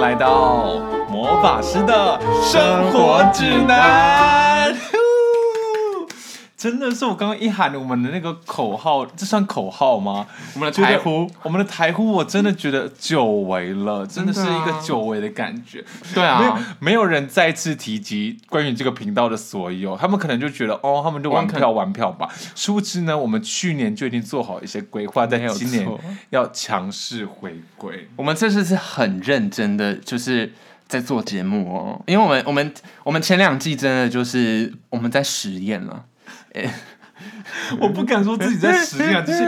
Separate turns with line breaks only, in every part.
来到魔法师的生活指南。真的是我刚刚一喊我们的那个口号，这算口号吗？
我们的
觉得
台呼，
我们的台呼，我真的觉得久违了，真的是
真的
一
啊
个久违的感觉。
对
没有
啊，
没有人再次提及关于这个频道的所有，他们可能就觉得哦，他们就玩
我们可
票玩票吧。殊不知呢，我们去年就已经做好一些规划，在
没有
今年
错
要强势回归。
我们这次是很认真的，就是在做节目哦，因为我们我们我们前两季真的就是我们在实验了，
我不敢说自己在实验啊， 就是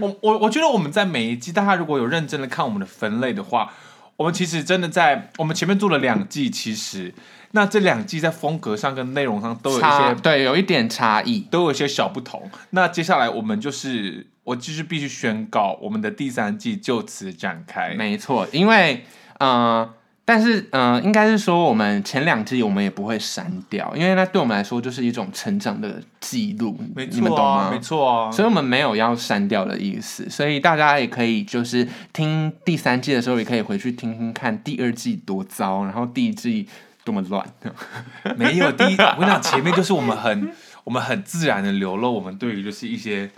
我我我觉得我们在每一季，大家如果有认真的看我们的分类的话，我们其实真的在我们前面做了两季，其实那这两季在风格上跟内容上都有一
差
些
对有一点差异，
都有一些小不同。那接下来我们就是我就是必须宣告，我们的第三季就此展开。
没错，因为呃，但是呃，应该是说我们前两季我们也不会删掉，因为那对我们来说就是一种成长的记录，
没
你们
错
懂
啊，
吗？
没错啊，
所以我们没有要删掉的意思，所以大家也可以就是听第三季的时候，也可以回去听听看第二季多糟，然后第一季多么乱。
没有第一，我跟你讲，前面就是我们很 我们很自然的流露我们对于就是一些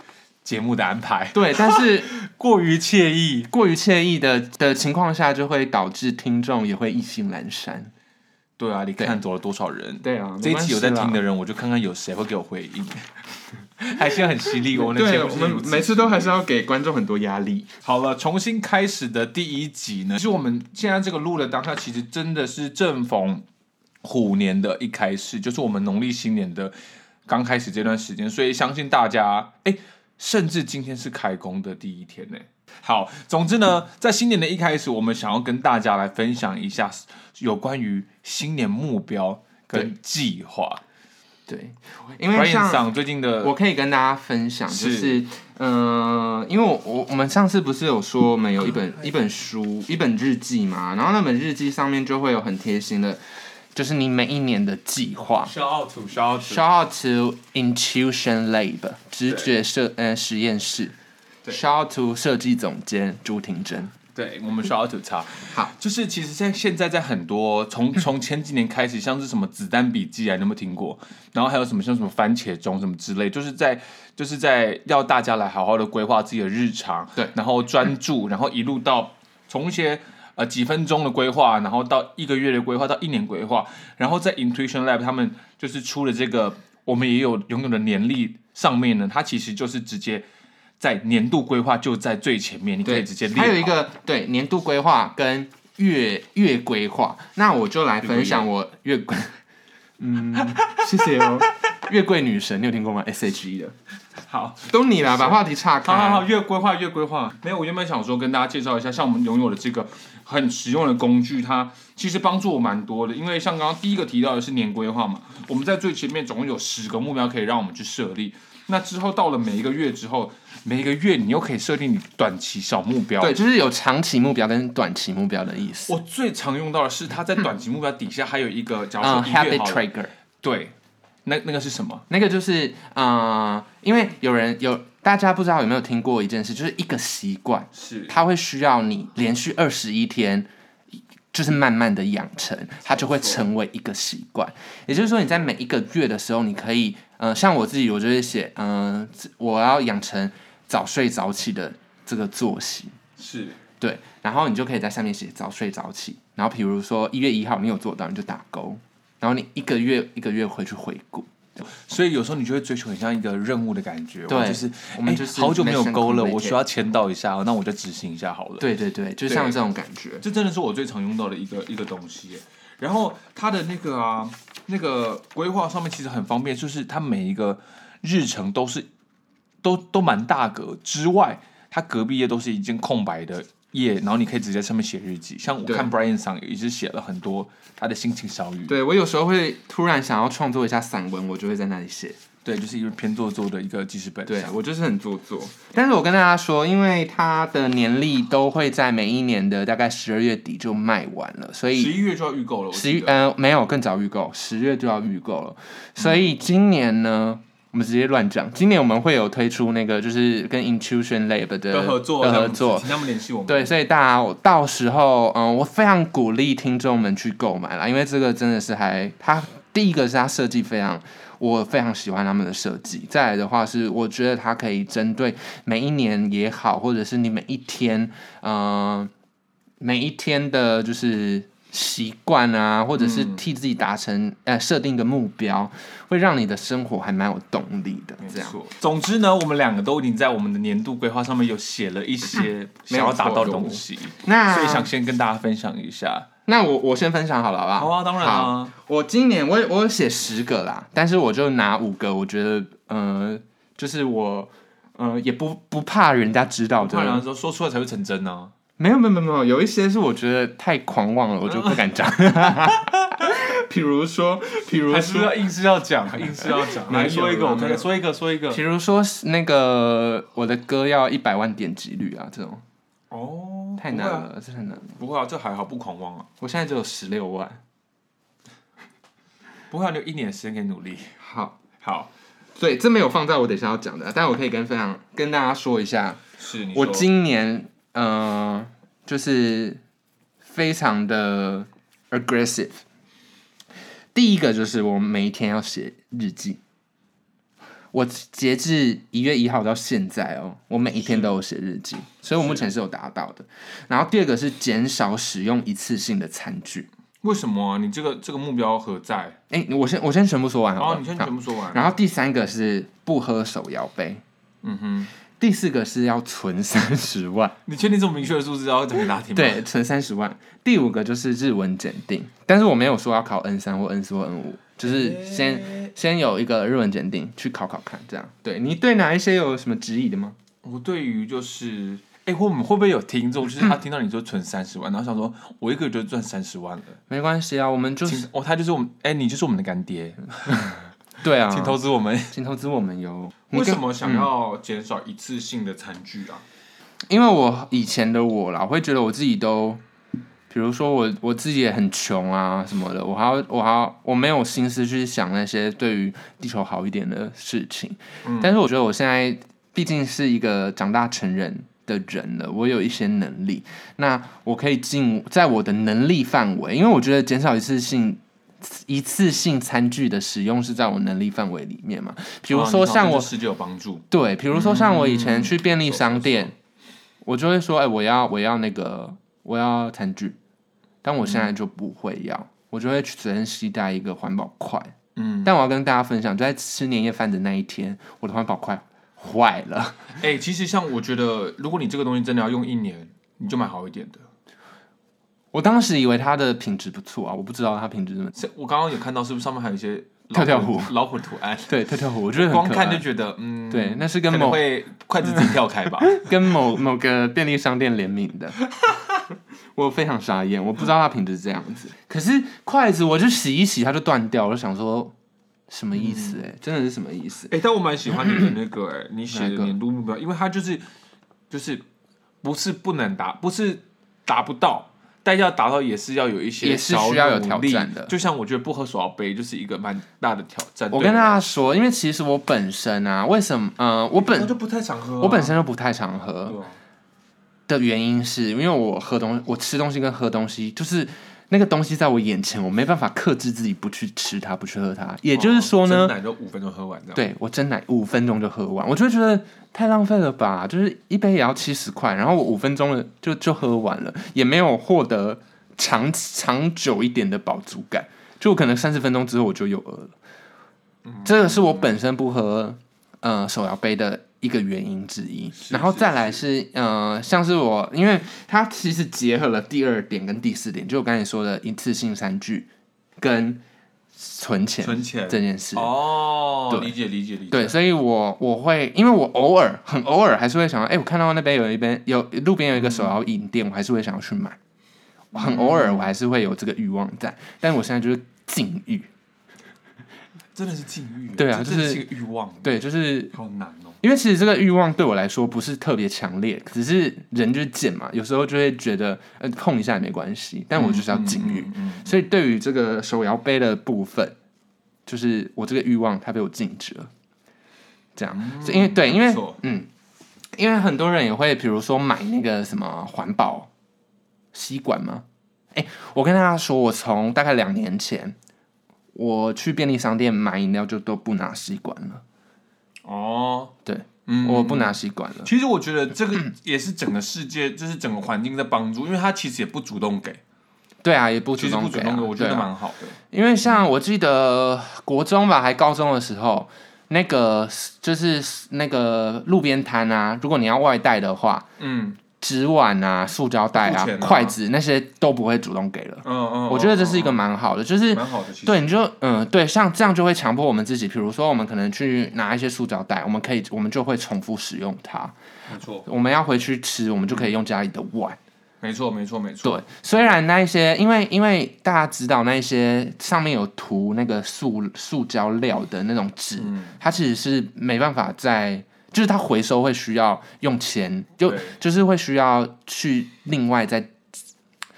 节目的安排，
对，但 是
过于惬意。
过于惬意的的情况下，就会导致听众也会意兴阑珊。
对啊，你看走了多少人？
对啊
这一期有在听
的，
的人，我就看看有谁会给我回应。 还是很犀利，我们的节
对，
目
我
就是如
们
此
每次都还
犀
是
利
要给观众很多压力。
好了。重新开始的第一集呢，其实我们现在这个录的当下，其实真的是正逢虎年的一开始，就是我们农历新年的刚开始这段时间，所以相信大家，哎，甚至今天是开工的第一天呢、好，总之呢，在新年的一开始，我们想要跟大家来分享一下有关于新年目标跟计划。
对，因为
Brian
像
上最近的
我可以跟大家分享，就是是，嗯、因为我我我们上次不是有说我们有一本一本书一本日记嘛，然后那本日记上面就会有很贴心的，就是你每一年的计划。
烧土烧
Shout out to Intuition Lab 直觉设呃实验室
对
，Shout out to 设计总监朱婷珍。
对，我们需要吐槽。
好，
就是其实现现在在很多从从前几年开始，像是什么子弹笔记啊，你有没有听过？然后还有什么像什么番茄钟什么之类，就是在就是在要大家来好好的规划自己的日常，
对
然后专注，然后一路到从一些。呃，几分钟的规划，然后到一个月的规划，到一年规划，然后在 Intuition Lab 他们就是出了这个，我们也有拥有的年历上面呢，它其实就是直接在年度规划就在最前面，你可以直接列
还有一
好
个对年度规划跟月月规划，那我就来分享我 月规，嗯，谢谢哦。 月桂女神，你有听过吗？S H E 的，
好，
都你啦，把话题岔开。
好好好，越规划越规划。没有，我原本想说跟大家介绍一下，像我们拥有的这个很实用的工具，它其实帮助我蛮多的。因为像刚刚第一个提到的是年规划嘛，我们在最前面总共有十个目标可以让我们去设立。那之后到了每一个月之后，每一个月你又可以设定你短期小目标。
对，，就是有长期目标跟短期目标的意思。
我最常用到的是它在短期目标底下还有一个，假如
嗯
说一月
，habit
好了
trigger，
对，那那个是什么？
那个就是呃，因为有人有大家不知道有没有听过一件事，就是一个习惯，
是
它会需要你连续二十一天，就是慢慢的养成，它就会成为一个习惯。也就是说，你在每一个月的时候，你可以，呃，像我自己，我就会写，嗯、我要养成早睡早起的这个作息，
是
对，然后你就可以在上面写早睡早起，然后比如说一月一号你有做到，你就打勾，然后你一个月一个月回去回顾，
所以有时候你就会追求很像一个任务的感觉，
对
我就是
我们
哎
就是
好久没有
mission
勾了，
completed
我需要签到一下，那我就执行一下好了。，
对对对，就像这种感觉，
这真的是我最常用到的一个一个东西耶。然后它的那个啊，那个规划上面其实很方便，就是它每一个日程都是都都蛮大格之外，它隔壁页都是一件空白的页，然后你可以直接在上面写日记。像我
对
看 Brian 上也是写了很多他的心情小语，
对我有时候会突然想要创作一下散文，我就会在那里写。
对，就是一个偏做作的一个记事本
对
上。
我就是很做作，但是我跟大家说，因为它的年历都会在每一年的大概十二月底就卖完了，所
十
以
一月就要预购了，我
十
记
一呃
得嗯
呃没有更早预购，十月就要预购了，所以今年呢，我们直接乱讲。今年我们会有推出那个，就是跟 Intuition Lab 的
的合作，
的
这样
合
子
作。
请他们联系我们。
对，所以大家我到时候，嗯，我非常鼓励听众们去购买啦，因为这个真的是还，它第一个是它设计非常，我非常喜欢他们的设计。再来的话是，我觉得它可以针对每一年也好，或者是你每一天，嗯、每一天的就是习惯啊，或者是替自己达成、呃设定一个目标，会让你的生活还蛮有动力的。这
没
样，
错。总之呢，我们两个都已经在我们的年度规划上面有写了一些
嗯
想要达到的东西，
那
所以想先跟大家分享一下。
那我我先分享好了，好不好？
好啊，当然
好
啊，
我今年我有我有写十个啦，但是我就拿五个，我觉得呃，就是我呃也不不怕人家知道
不然
的。
说说出来才会成真啊呢、
没有没有没有没有，有一些是我觉得太狂妄了，我就不敢 讲。比如说，比
啊。
如
还是
说，
要硬是要 讲，硬是要讲。来
没有
说一个，
没有
我看
没有
看，说一个，说一个
比。如说是那个我的歌要一百万点击率啊，这种
哦，
太难了，这太难了。
不会啊。不会啊，这还好，不狂妄啊。
我现在只有十六万。
不会啊，你有一年的时间可以努力。
好，
好，
对，这没有放在我等一下要讲的，但我可以跟分享跟大家说一下。
是你说
我今年呃，就是非常的 aggressive。第一个就是我每一天要写日记，我截至一月一号到现在哦，我每一天都有写日记，所以我目前是有达到的。然后第二个是减少使用一次性的餐具。
为什么啊？你这个这个目标何在？
哎，我先我先全部说完好
哦，
了，
你先
好
全部说完。
然后第三个是不喝手摇杯，
嗯哼，
第四个是要存三十万。
你确定这么明确的数字，然后给大家听吗？
对，存三十万。第五个就是日文检定，但是我没有说要考 N 三或 N 四或 N 五，就是先、
哎
先有一个日文检定去考考看，这样。对你对哪一些有什么质疑的吗？
我对于就是，哎、会我们会不会有听众，就是他听到你说存三十万，然后想说，我一个月就赚三十万了，
没关系啊，我们就是
请哦，他就是我们，哎、你就是我们的干爹，
嗯对啊，
请投资我们。
请投资我们有。
为什
么？
么想要减少一次性的餐具啊？
因为我以前的我啦，我会觉得我自己都，比如说我我自己也很穷啊什么的，我还要我还要我没有心思去想那些对于地球好一点的事情。但是我觉得我现在毕竟是一个长大成人的人了，我有一些能力，那我可以尽在我的能力范围，因为我觉得减少一次性。一次性餐具的使用是在我能力范围里面嘛？比如
哦
说像我
世界有帮助，
对，比如说像我以
嗯
前去便利商店，我就会说，哎、我要我要那个我要餐具，但我
嗯
现在就不会要，我就会去随身携带一个环保筷。
嗯，
但我要跟大家分享，就在吃年夜饭的那一天，我的环保筷坏了。
哎、其实像我觉得，如果你这个东西真的要用一年，你就买好一点的。
我当时以为它的品质不错啊，我不知道它品质怎么。
是我刚刚有看到，是不是上面还有一些老
跳跳
虎
虎
老虎图案？
对，跳跳虎，我觉得很
光
可
看就
爱。
觉得，嗯，
对，那是
可
跟
能
某
会筷子自己跳开吧。
跟某某个便利商店联名 的，我非常傻眼，我不知道它品质是这样子。可是筷子，我就洗一洗它就断掉，我就想说什么意思、欸？哎、真的是什么意思？
哎、但我蛮喜欢你的那个、哎，你写
哪一
的
个
年度目标，因为它就是就是不是不能达，不是达不到，但要达到也是要有一些
也是
小
需要有
努
挑
力
战的
就像我觉得不喝手摇杯就是一个蛮大的挑战。
我
对
跟大家说，因为其实我本身啊，为什么？嗯、我
我
本
就不太想喝啊、
我本身就不太常喝
对啊
的原因是，因为我喝东我吃东西跟喝东西就是。那个东西在我眼前，我没办法克制自己不去吃它，不去喝它。也就是说呢，
哦真奶就五分钟喝完这样。
对我真奶五分钟就喝完，我就会觉得太浪费了吧？就是一杯也要七十块，然后我五分钟了就就喝完了，也没有获得长长久一点的饱足感。就我可能三十分钟之后我就有饿了，这个是我本身不喝呃手摇杯的一个原因之一。然后再来是呃，像是我，因为它其实结合了第二点跟第四点，就我刚才说的一次性餐具跟存钱
存钱
这件事。
哦，
对
理解理解理解。
对，所以我我会，因为我偶尔 很偶尔还是会想到，哎、我看到那边有一边有路边有一个手摇饮店，我还是会想要去买。很偶尔我还是会有这个欲望在，但我现在就是禁欲。
真的是禁欲。
对啊
这
就
真的
是
是一个欲望，
对，就是
好难哦。
因为其实这个欲望对我来说不是特别强烈，只是人就是贱嘛，有时候就会觉得呃碰一下也没关系，但我就是要禁欲。
嗯，嗯嗯
所以对于这个手摇杯的部分，就是我这个欲望它被我禁止了。这样，所以因为对，因为
不错
嗯，因为很多人也会，比如说买那个什么环保吸管嘛。哎、我跟大家说，我从大概两年前，我去便利商店买饮料就都不拿吸管了，
哦，
对
嗯
我不拿吸管了。
其实我觉得这个也是整个世界，就是整个环境在帮助，因为他其实也不主动给，
对啊，也不主
其实不
动
主
给、
动
啊，
给，我觉
对
得
啊
蛮好的。
因为像我记得国中吧，还高中的时候，那个就是那个路边摊啊，如果你要外带的话，
嗯
纸碗啊、塑胶袋啊
付、钱啊
筷子那些都不会主动给了。
嗯嗯，
我觉得这
嗯
是一个蛮好的，就是
蛮好的，其实
对，你就嗯，对，像这样就会强迫我们自己，比如说我们可能去拿一些塑胶袋，我们可以，我们就会重复使用它。
没错，
我们要回去吃，我们就可以用家里的碗。
没错，没错，没错。
对，虽然那一些，因为因为大家知道那一些上面有涂那个塑塑胶料的那种纸，
嗯
它其实是没办法在，就是它回收会需要用钱，就
对
就是会需要去另外再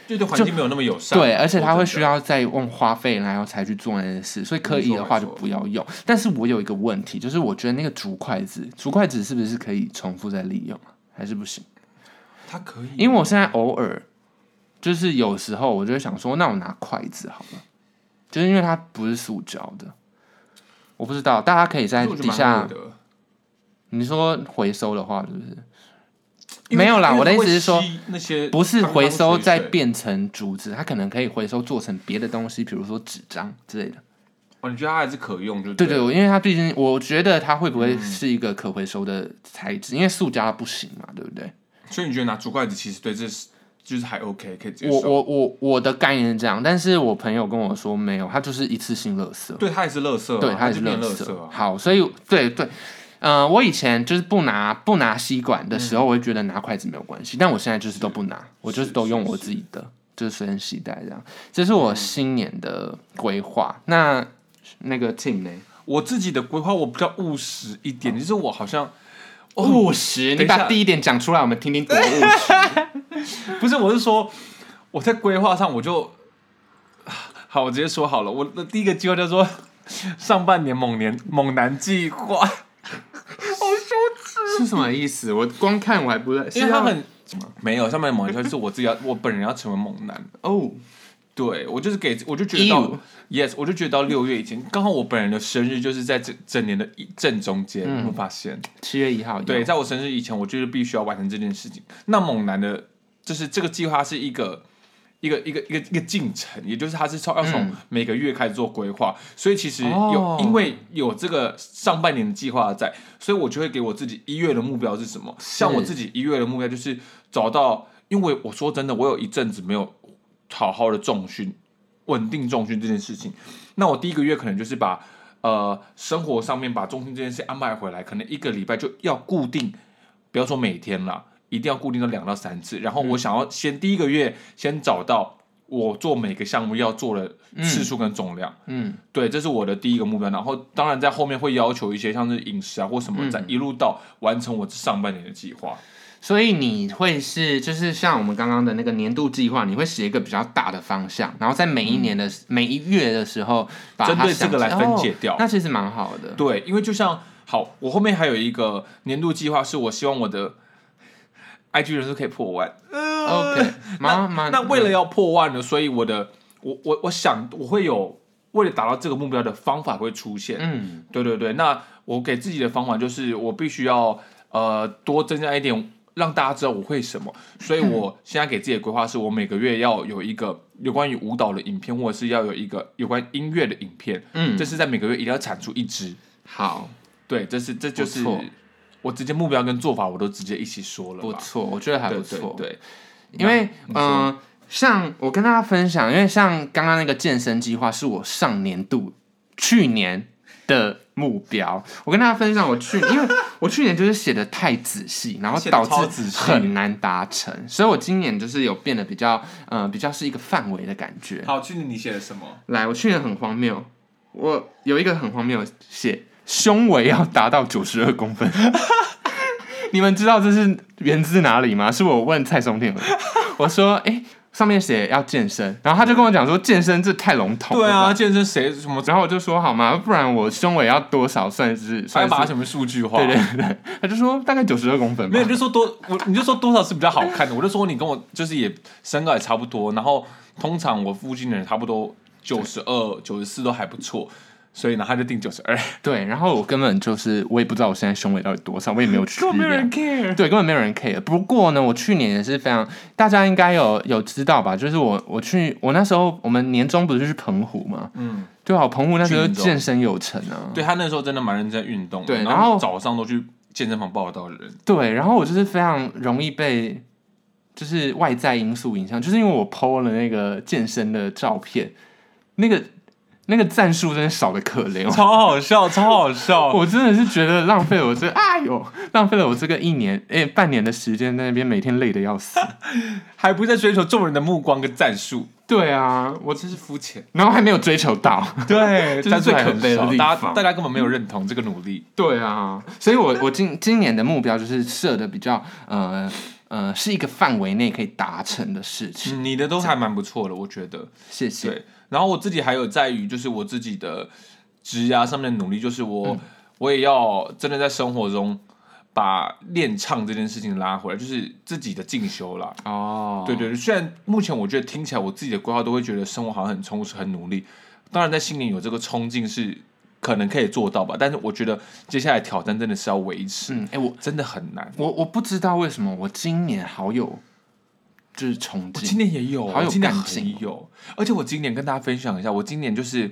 对对，环境没有那么友善。
对，而且它会需
要
要再用花费，然后才去做那件事，所以可以的话就不要用。但是我有一个问题，就是我觉得那个竹筷子，竹筷子是不是可以重复再利用啊？还是不行？
它可以，
因为我现在偶尔就是有时候，我就会想说，那我拿筷子好了，就是因为它不是塑胶的。我不知道，大家可以在
我觉得
底
蛮
下
好的
你说回收的话，是不是？
因为
没有啦
因为
我的
它
意思
会
是说
吸那些
不是回收
汤汤水
再
水
变成竹子，它可能可以回收做成别的东西，比如说纸张之类的。
哦，你觉得它还是可用，就
对
对嗯
对，我因为它毕竟，我觉得它会不会是一个可回收的材质？因为塑胶它不行嘛，对不对？
了，所以你觉得拿竹筷子其实对这是就是还 OK 可以接
我
受，
我我我的概念是这样，但是我朋友跟我说没有，它就是一次性垃圾，
对它也是垃圾啊，
对，它也
就是变
垃
垃
圾。
啊，
好，所以对对，呃，我以前就是不拿不拿吸管的
嗯
时候，我会觉得拿筷子没有关系，但我现在就是都不拿，我就是都用我自己的，就是随身携带这样。这是我新年的规划。那那个 Tim 呢？
我自己的规划我比较务实一
嗯
点，就是我好像
务实，你
等一下
把第一点讲出来，我们听听多务实。
不是，我是说我在规划上我就好，我直接说好了，我的第一个计划叫做上半年猛年猛男计划，
是什么意思？我光看我还不认，
因为他
要
很没有上半年猛男计划是我自己要我本人要成为猛男。
哦，
对，我就是给，我就觉得到
Ew
yes，我就觉得到六月以前，刚好我本人的生日就是在整整年的一正中间，你有没有发现？
七月一号
对，
有
在我生日以前，我就是必须要完成这件事情。那猛男的，就是这个计划是一个。一个一个一个一个进程，也就是他是从要从每个月开始做规划，所以其实有、
嗯哦
因为有这个上半年的计划在，所以我就会给我自己一月的目标是什么？像我自己一月的目标就是找到，因为我说真的，我有一阵子没有好好的重训，稳定重训这件事情。那我第一个月可能就是把呃生活上面把重心这件事安排回来，可能一个礼拜就要固定，不要说每天啦，一定要固定到两到三次。然后我想要先第一个月先找到我做每个项目要做的次数跟重量，
嗯
对，这是我的第一个目标。然后当然在后面会要求一些像是饮食啊或什么，在一路到完成我这上半年的计划。
所以你会是就是像我们刚刚的那个年度计划，你会写一个比较大的方向，然后在每一年的、每一月的时候把它
嗯针对
想
这个来
成
分解掉
哦那其实蛮好的。
对，因为就像好，我后面还有一个年度计划，是我希望我的 IG 人数可以破万。
OK，蛮蛮
那为了要破万呢，所以我的我我我想我会有为了达到这个目标的方法会出现。
嗯
对对对，那我给自己的方法就是我必须要呃多增加一点，让大家知道我会什么。所以我现在给自己的规划是我每个月要有一个有关于舞蹈的影片，或者是要有一个有关音乐的影片，
嗯
这，是在每个月一定要产出一支。
好
对，这是这就是
不错
我直接目标跟做法我都直接一起说了吧。
不错，我觉得还
对
不
对
错。
对，
因为
你
嗯、
说
呃像我跟大家分享，因为像刚刚那个健身计划是我上年度去年的目标，我跟大家分享我去，因为我去年就是写的太仔细，然后
写得
导
超
致
仔细
很难达成，所以我今年就是有变得比较嗯、呃比较是一个范围的感觉。
好，去年你写了什么？
来，我去年很荒谬，我有一个很荒谬写胸围要达到九十二公分。 你们知道这是源自哪里吗？是我问蔡松田，我说：“哎、上面写要健身，然后他就跟我讲说健身这太笼统了。
对啊，，健身谁什么？
然后我就说好嘛，不然我胸围要多少算是
还
算
把它
是？
什么数据化？
对对对，他就说大概九十二公分吧
没有，。你就说多我，你就说多少是比较好看的。我就说你跟我就是也身高也差不多，然后通常我附近的人差不多九十二、九十四都还不错，所以呢他就定九十二，
对，然后我根本就是我也不知道我现在胸围到底多少，我也没有 去
根本没有
量
人 care。
对，根本没有人 care。不过呢，我去年也是非常，大家应该有有知道吧？就是我我去我那时候我们年终不是去澎湖嘛？
嗯，
对啊，我澎湖那时候
去年终
健身有成啊。
对他那时候真的蛮认真在运动的，
对
然
然后
早上都去健身房报道的人，
对，然后我就是非常容易被就是外在因素影响，就是因为我 PO 了那个健身的照片，那个那个赞数真的少的可怜哦。
超好笑， 超好笑。
我真的是觉得浪费了我这，哎呦，浪费了我这个一年哎、半年的时间在那边，每天累的要死。
还不在追求众人的目光跟战术，
对啊，我
真是肤浅。
然后还没有追求到。
对
这是
但最
最
可
很累的
笑
地
大家
方
大家根本没有认同这个努力。
对啊，所以我我今今年的目标就是设的比较呃呃是一个范围内可以达成的事情。
嗯你的都还蛮不错的，我觉得。
谢谢。
对，然后我自己还有在于就是我自己的职涯上面的努力，就是我、
嗯
我也要真的在生活中把练唱这件事情拉回来，就是自己的进修啦。
哦，
对对对，虽然目前我觉得听起来我自己的规划都会觉得生活好像很充实、很努力，当然在心里有这个冲劲是可能可以做到吧，但是我觉得接下来挑战真的是要维持，
嗯，哎、我
真的很难。
我我不知道为什么我今年好有就是冲
我今
劲，
年也有，
好有
我今年
干劲
很有，而且我今年跟大家分享一下，我今年就是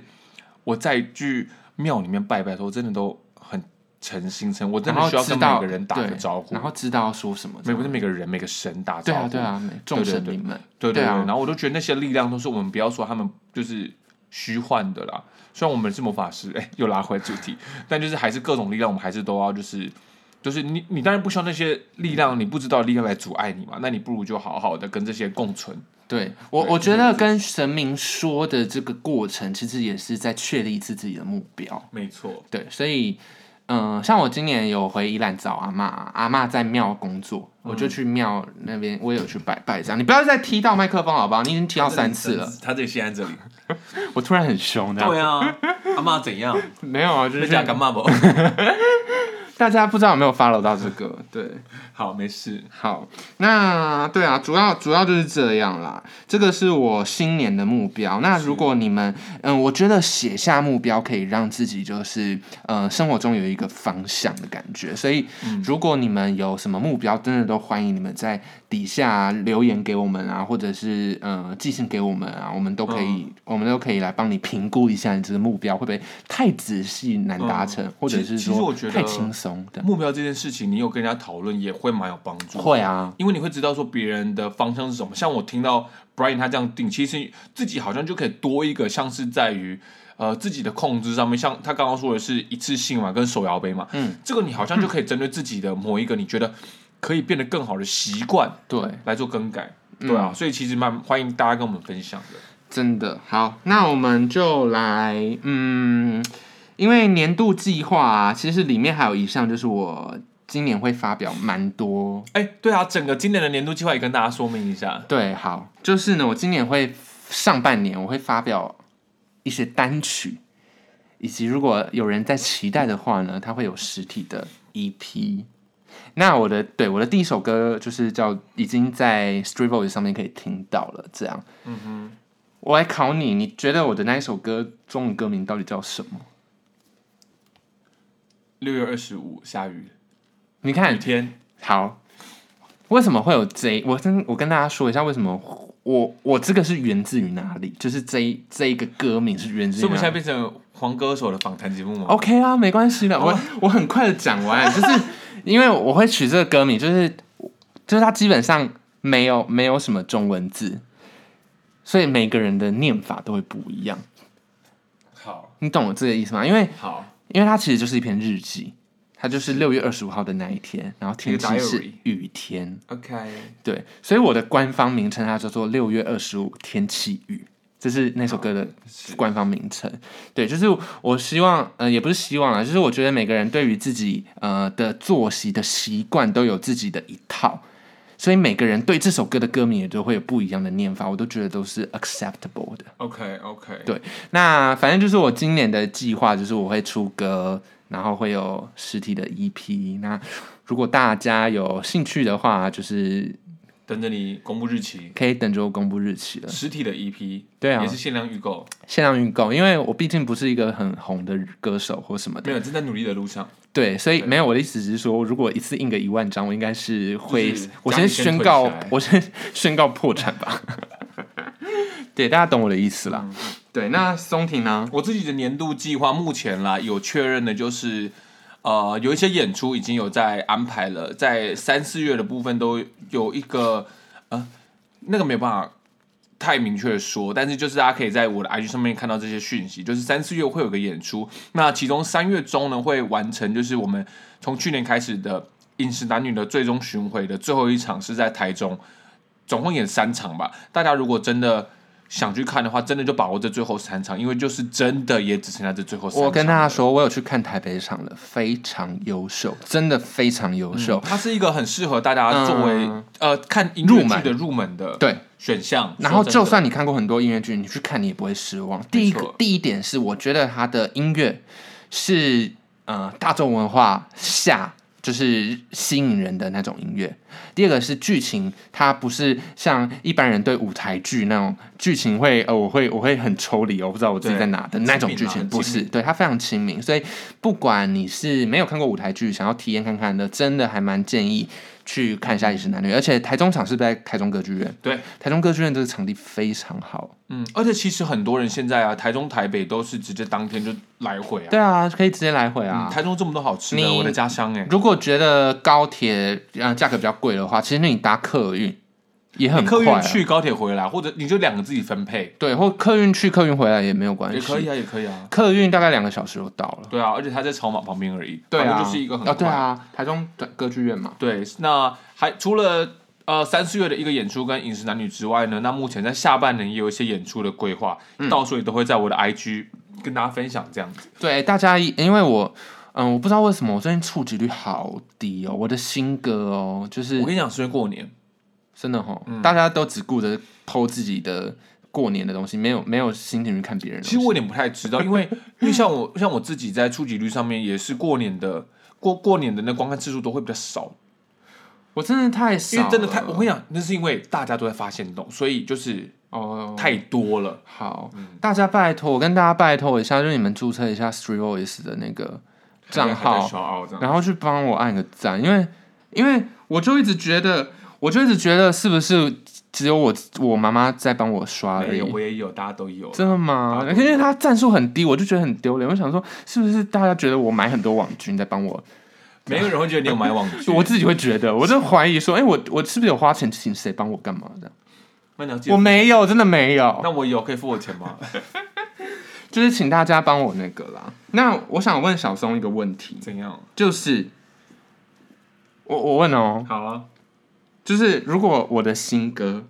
我在去庙里面拜拜的时候，真的都很诚心诚，我真
然
的
后
需要
知
跟每
道
个人打个
对
招呼
然，后知道要说什么。
每不是每个人每个神打
对
招
啊
呼，
对啊，每众
对
神
对
你们，
对对
对啊
然后我都觉得那些力量都是我们不要说他们就是虚幻的啦。虽然我们是魔法师，哎、又拉回主题，但就是还是各种力量，我们还是都要就是就是你你当然不需要那些力量，你不知道的力量来阻碍你嘛，那你不如就好好的跟这些共存。
对我我觉得跟神明说的这个过程，其实也是在确立自己的目标。
没错，
对，所以，嗯、像我今年有回宜兰找阿嬷，阿嬷在庙工作，我
嗯
就去庙那边，我也有去拜拜这样。你不要再踢到麦克风好不好？你已经踢到
啊
三次了，，
他这里现 在这里。
我突然很凶的。
啊，阿妈怎 样？
没有啊，就是
嘛 不？
大家不知道有没有 follow 到这个？对，
好，没事。
好，那对啊，主要主要就是这样啦。这个是我新年的目标。那如果你们，嗯，我觉得写下目标可以让自己就是，呃，生活中有一个方向的感觉。所以，
嗯
如果你们有什么目标，真的都欢迎你们在底下留言给我们啊，或者是呃寄信给我们啊，我们都可
嗯
以，我们都可以来帮你评估一下你这个目标会不会太仔细难达成，或
嗯
者
其实
是
其实我
说
觉得
太轻松的。
目标这件事情，你有跟人家讨论，也会蛮有帮助。
会啊，
因为你会知道说别人的方向是什么。像我听到 Brian 他这样定，其实自己好像就可以多一个，像是在于呃自己的控制上面。像他刚刚说的是一次性嘛，跟手摇杯嘛，
嗯，
这个你好像就可以针对自己的某一个你觉得可以变得更好的习惯
对。
来做更改。
嗯
对啊，所以其实蛮欢迎大家跟我们分享的。
真的好，那我们就来，嗯，因为年度计划啊，其实里面还有一项就是我今年会发表蛮多，
哎，对啊，整个今年的年度计划也跟大家说明一下。
对，好，就是呢，我今年会上半年我会发表一些单曲，以及如果有人在期待的话呢，它会有实体的 EP。那我的对我的第一首歌就是叫已经在 Street Voice 上面可以听到了，这样。嗯哼，我来考你，你觉得我的那一首歌中文歌名到底叫什么？
六月二十五下雨，
你看
雨，天，
好，为什么会有这一？我跟我跟大家说一下，为什么我我这个是源自于哪里？就是这一这一个歌名是源自
所以我们
于哪
现在变
里
成黄歌手的访谈节目吗？
？OK 啊，没关系
哦
的，我我很快的讲完， 就是因为我会取这个歌名，就是就是它基本上没有没有什么中文字，所以每个人的念法都会不一样。
好，
你懂我这个意思吗？因为
好，
因为它其实就是一篇日记，它就是六月二十五号的那一天，然后天气
一个
是
diary
雨天。
OK，
对，所以我的官方名称它叫做六月二十五天气雨，这是那首歌的
是
官方名称。对，就是我希望，呃，也不是希望啦，就是我觉得每个人对于自己呃的作息的习惯都有自己的一套。所以每个人对这首歌的歌名也都会有不一样的念法，我都觉得都是 acceptable 的。
OK OK，
对那反正就是我今年的计划，就是我会出歌，然后会有实体的 EP。那如果大家有兴趣的话，就是
等着你公布日期，
可以等着我公布日期了，
实体的 EP，
对啊
也是限量预购，
限量预购。因为我毕竟不是一个很红的歌手或什么
没
的，
有正在努力的路上，
对，所以没有我的意思只是说，如果一次印个一万张，我应该是会，
就是
我
家里
先
先
宣
退
告
起来，
我先宣告破产吧。对，大家懂我的意思啦。嗯对，那松婷呢？
我自己的年度计划目前啦有确认的就是。呃，有一些演出已经有在安排了，在三四月的部分都有一个，呃，那个没有办法太明确地说，但是就是大家可以在我的 IG 上面看到这些讯息，就是三四月会有个演出，那其中三月中呢会完成，就是我们从去年开始的《饮食男女》的最终巡回的最后一场是在台中，总共演三场吧。大家如果真的想去看的话，真的就把握这最后三场，因为就是真的也只剩下这最后三场。
我跟大家说，我有去看台北场了，非常优秀，真的非常优秀。
它是一个很适合大家作为、
嗯
呃看音
入
乐剧
门
的入门的
对，
选项。
然后
说真
就
的
算你看过很多音乐剧，你去看你也不会失望。第
没
一个
错
第一点是，我觉得他的音乐是呃大众文化下就是吸引人的那种音乐。第二个是剧情，它不是像一般人对舞台剧那种剧情会呃我会我会很抽离哦，我不知道我自己
对
在哪的那
亲
种
民
剧
啊
情，
很
不
亲
是，
民
对它非常亲民。所以不管你是没有看过舞台剧，想要体验看看的，真的还蛮建议去看一下《饮食男女》，而且台中场是在台中歌剧院。
对，
台中歌剧院这个场地非常好。
嗯，而且其实很多人现在啊，台中、台北都是直接当天就来回啊。
对啊，可以直接来回
嗯，
啊。
台中这么多好吃的，
你
我的家乡哎、
如果觉得高铁嗯价格比较贵的话，其实你搭客运也很
客
快、啊
运。去高铁回来，或者你就两个自己分配
对，或客运去客运回来也没有关系。
也可以啊，也可以啊。
客运大概两个小时就到了。
对啊，而且它在草马旁边而已，
对
反
啊，
正就是一个很
啊，对
快
啊，台中的歌剧院嘛。
对，那还除了呃三四月的一个演出跟饮食男女之外呢，那目前在下半年也有一些演出的规划，
嗯
到时候也都会在我的 IG 跟大家分享这样子。
对，大家因为我嗯，我不知道为什么我最近触及率好低哦，我的新歌哦，就是
我跟你讲，嗯是因为过年，
真的哈、大家都只顾着剖自己的过年的东西，没有没有心情去看别人的
其实
东西。
我有点不太知道，因为因为像我像我自己在触及率上面也是过年的过过年的那观看次数都会比较少，
我真的太少
因
了，
为真的太我跟你讲，那是因为大家都在发现动，所以就是
哦
太嗯多了。
好，大家拜托，我跟大家拜托一下，就是你们注册一下 Three Voice 的那个
还
账
在嗯
号，
骄傲这样
然后去帮我按个赞，因为因为我就一直觉得，我就一直觉得是不是只有我我妈妈在帮我刷而
没
已
有，。我也有，大家都有。
真的吗？
大家
因
都
为他赞数很低，我就觉得很丢脸。我想说，是不是大家觉得我买很多网军在帮我？
没有人会觉得你有买网剧，
我自己会觉得，我就怀疑说，哎、我我是不是有花钱请谁帮我干嘛的？
那你要记
我
得，
没有，真的没有。
那我有可以付我钱吗？
就是请大家帮我那个啦。那我想问小松一个问题，
怎样？
就是我我问哦，
好啊，
就是如果我的新歌，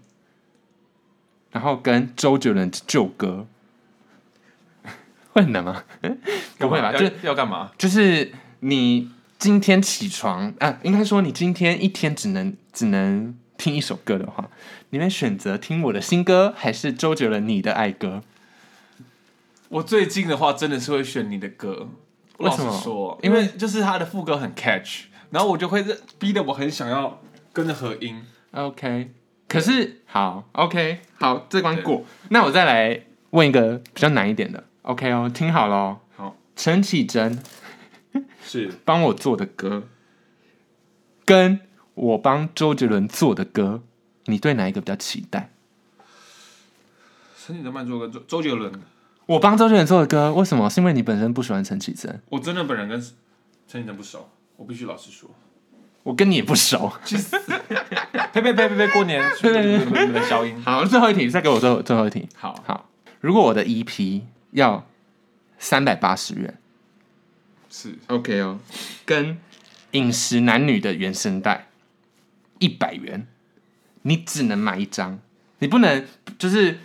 然后跟周杰伦的旧歌，会很难吗？不会吧？
要
就
要干嘛？
就是你今天起床啊，应该说你今天一天只能只能听一首歌的话，你会选择听我的新歌，还是周杰伦你的爱歌？
我最近的话，真的是会选你的歌。
为什么
老实说，
因
因
为
为就是他的副歌很 catch，然后我就会逼得我很想要跟着合音。
OK，可是好，OK，好，这关过。那我再来问一个比较难一点的，OK 哦，听好了哦。
好，
陈绮贞
是
帮我做的歌，跟我帮周杰伦做的歌，你对哪一个比较期待？
陈绮贞慢做歌，周周杰伦，
我帮周杰伦做的歌，为什么？是因为你本身不喜欢陈绮贞，
我真的本人跟陈绮贞不熟，我必须老实说。
我跟你也不熟。
呸呸呸呸呸！过年，对对对对对，消音。
好，最后一题，再给我最后最后一题。
好，
好，如果我的 EP 要三百八十元
是
，OK 哦，跟《饮食男女》的原声带一百元，你只能买一张，你不能就是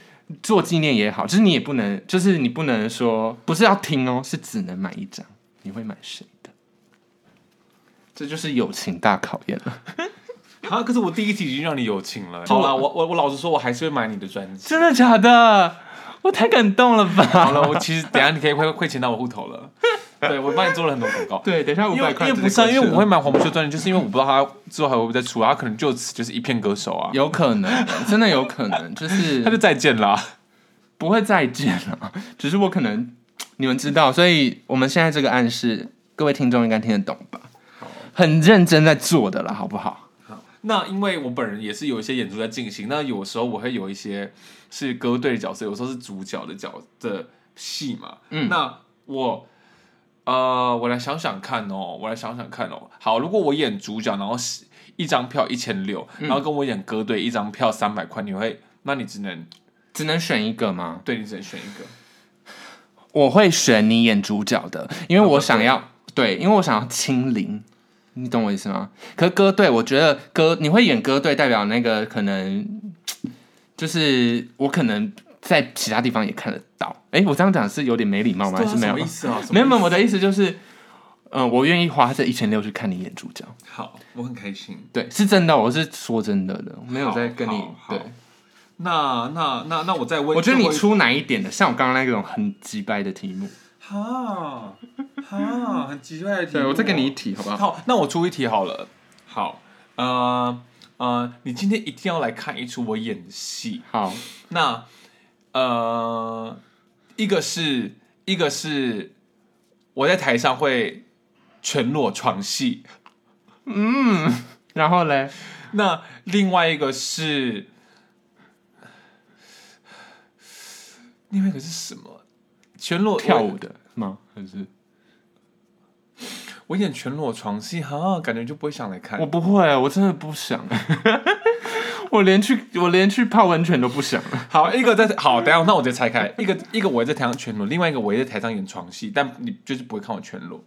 做纪念也好，就是你也不能，就是你不能说不是要听哦，是只能买一张，你会买谁的？这就是友情大考验了。
啊，可是我第一集已经让你有情了。
啊
好了，我我我老实说，我还是会买你的专 辑。
真的假的？我太感动了吧！
好了， 我其实等一下你可以汇汇钱到我户头 了。对，我帮你做了很多广告。
对，等一下五
因
百
为
块
因为不
直接过去了，
是、啊，因为我会买黄柏修专辑，就是因为我不知道他之后还会不会再出啊，他可能就此就是一片歌手啊，
有可能，真的有可能，就
他就是再见啦。
不会再见了。 只是我可能你们知道，所以我们现在这个暗示，各位听众应该听得懂吧？很认真在做的啦，好不好？
那因为我本人也是有一些演出在进行，那有时候我会有一些是歌队的角色，有时候是主角的角的戏嘛。嗯，那我呃，我来想想看哦，我来想想看哦。好，如果我演主角，然后是一张票一千六，
嗯
然后跟我演歌队一张票三百块，你会？那你只能
只能选一个吗？
对你只能选一个。
我会选你演主角的，因为我想要哦对，因为我想要清零，你懂我意思吗？可是歌队，我觉得歌你会演歌队，代表那个可能就是我可能在其他地方也看得到。哎，我这样讲是有点没礼貌吗？还是没有
什么意？思啊？什么
没有没有，我的意思就是，嗯、我愿意花这一千六去看你演主角，
好，我很开心。
对，是真的，我是说真的的，没有在跟你
好好
对
好。那那那那我再问，
我觉得你
最后一
出哪一点的，像我刚刚那种很鸡掰的题目，
哈哈很奇怪的题
对
目哦
我再给你一题好不好？
好，那我出一题好了。好，呃呃，你今天一定要来看一出我演戏。
好，
那呃，一个是一个是我在台上会全裸床戏，
然后嘞，
那另外一个是另外一个是什么？全裸
跳舞的吗？还是
我，我演全裸床戏哈，感觉就不会想来看
我。不会，啊我真的不想， 我连去我连去泡温泉都不想。
好，一个在好，等一下，那我直接拆开，一个一个我在台上全裸，另外一个我也在台上演床戏，但你就是不会看我全裸。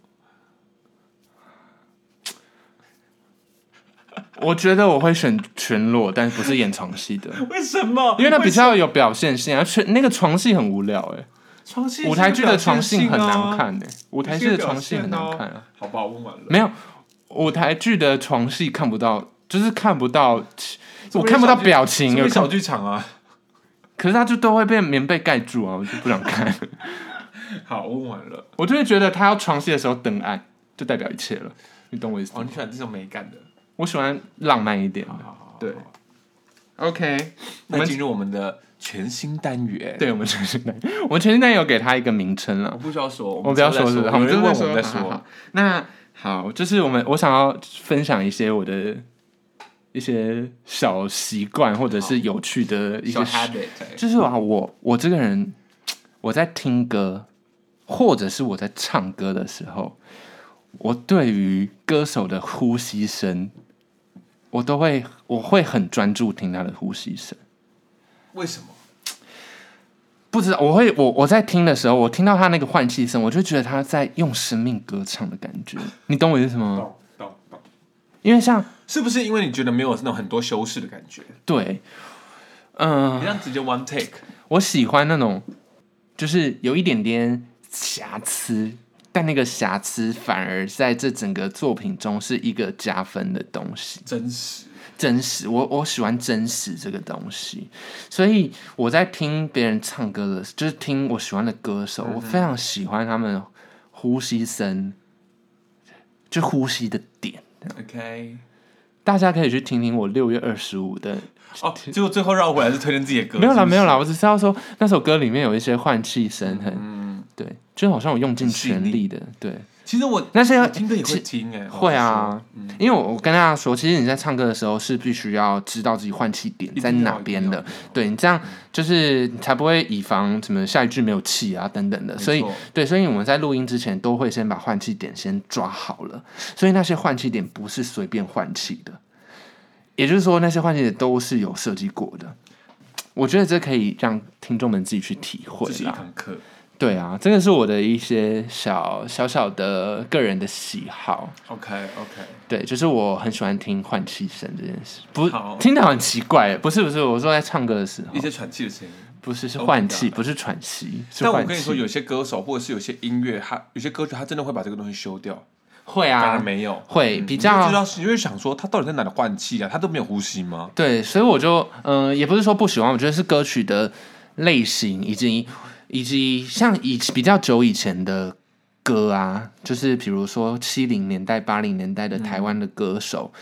我觉得我会选全裸，但不是演床戏的，
为什么？
因为那比较有表现性啊。全那个床戏很无聊哎、
床戏，
舞台剧的床戏很
哦
难。看哎、舞台剧的床戏很难看啊。
好吧，我问完了。
没有，舞台剧的床戏看不到，就是看不到，
这
我
不是
看不到
小剧
表情，
因
有
为
看
小剧场啊。
可是他就都会被棉被盖住啊，我就不想看。
啊 好，我问完了。
我就会觉得他要床戏的时候登岸，就代表一切了。你懂我意思
哦，
吗？
你喜欢这种美感的。
我喜欢浪漫一点的。
好好
对 OK，我
那
们
进入我们的全新单元。，
对我们全新代，我们全新代有给他一个名称
我
了。
不需要说，
我不要说是
是
不是，
我们
就
就问我们再
说好好
说
好。那好，就是我们我想要分享一些我的一些小习惯，或者是有趣的一
小
些
habit。哎
就是啊，我我这个人，我在听歌，或者是我在唱歌的时候，我对于歌手的呼吸声，我都会我会很专注听他的呼吸声。
为什么？
不知道，我会我我在听的时候，我听到他那个换气声，我就觉得他在用生命歌唱的感觉。你懂我意思吗？
懂懂懂。
因为像
是不是因为你觉得没有那种很多修饰的感觉？
对，嗯、
你这样直接 one take。
我喜欢那种，就是有一点点瑕疵，但那个瑕疵反而在这整个作品中是一个加分的东西。
真实。
真实，我我喜欢真实这个东西，所以我在听别人唱歌的，就是听我喜欢的歌手，我非常喜欢他们呼吸声，就呼吸的点。
OK。
大家可以去听听我六月二十五的
哦， 结果最后绕回来是推荐自己的歌。
没有啦，没有
啦。
啦，我只是要说那首歌里面有一些换气声很，对，就好像我用尽全力的，对，
其实我
但是要
我听歌也会听哎、
会啊，因为我我跟大家说，其实你在唱歌的时候是必须要知道自己换气点
定
在
要
哪
一定
边
要
的
一定，
对你这样就是你才不会以防什么下一句没有气啊等等的，
没
所以
错
对，所以我们在录音之前都会先把换气点先抓好了，所以那些换气点不是随便换气的，也就是说那些换气点都是有设计过的。我觉得这可以让听众们自己去体会
这是一
啦。
堂课。
对啊，这个是我的一些小小小的个人的喜好。
OK OK，
对，就是我很喜欢听换气声这件事，不
好
听得很奇怪，不是不是，我说在唱歌的时候
一，些喘气的声音。
不是是
Oh my
换气，
God
不是喘息，是
但我
换
跟你
气
说，。有些歌手或者是有些音乐，他有些歌曲，他真的会把这个东西修掉。
会
当然
啊，
没有。
会比
嗯你就
较
知道是因为想说他到底在哪里换气啊？他都没有呼吸吗？
对，所以我就嗯、呃也不是说不喜欢，我觉得是歌曲的类型以及以及像以比较久以前的歌啊，就是比如说七零年代、八零年代的
嗯
台湾的歌手，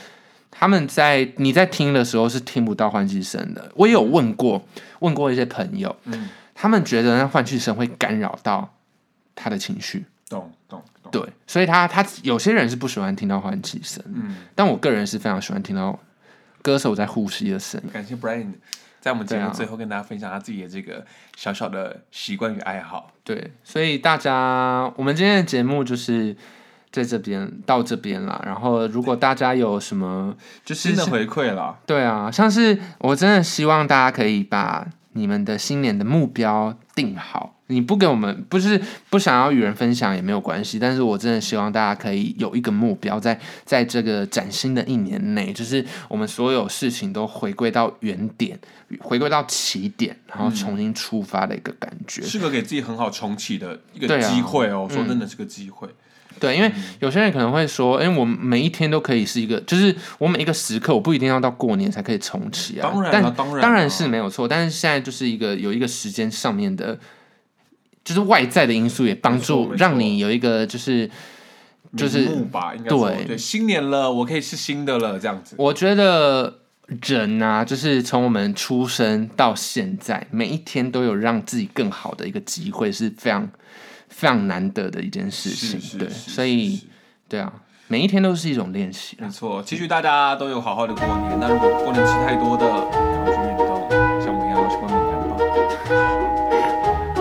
他们在你在听的时候是听不到换气声的。我也有问过问过一些朋友，
嗯
他们觉得那换气声会干扰到他的情绪，
懂懂懂。
对，所以他他有些人是不喜欢听到换气声，
嗯，
但我个人是非常喜欢听到歌手在呼吸的声音。
感谢 Brian 在我们节
对
目
啊
最后跟大家分享他自己的这个小小的习惯与爱好。
对，所以大家，我们今天的节目就是在这边到这边啦。然后，如果大家有什么，就是
新的回馈了，
对啊，像是我真的希望大家可以把你们的新年的目标定好。你不给我们，不是不想要与人分享也没有关系，但是我真的希望大家可以有一个目标在，在这个崭新的一年内，就是我们所有事情都回归到原点，回归到起点，然后重新出发的一个感觉。
是个给自己很好重启的一个
对啊
机会哦。说
嗯
真的，是个机会。
对，因为
嗯
有些人可能会说，哎、我每一天都可以是一个，就是我每一个时刻，我不一定要到过年才可以重启啊。
当然
但
了，当然，
当然是。没有错，但是现在就是一个有一个时间上面的，就是外在的因素也帮
没错
助
没错
让你有一个就是，就是
瞑目吧，应该说
对
对，新年了，我可以吃新的了，这样子。
我觉得人啊，就是从我们出生到现在，每一天都有让自己更好的一个机会，是非常非常难得的一件事情。
是
对，
是是
所
是
以
是
对啊，每一天都是一种练习啊。
没错，期许大家都有好好的过年。那如果不能吃太多的，赶快去啊运动，像我们一样去外面干吧。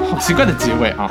好奇怪的结尾啊！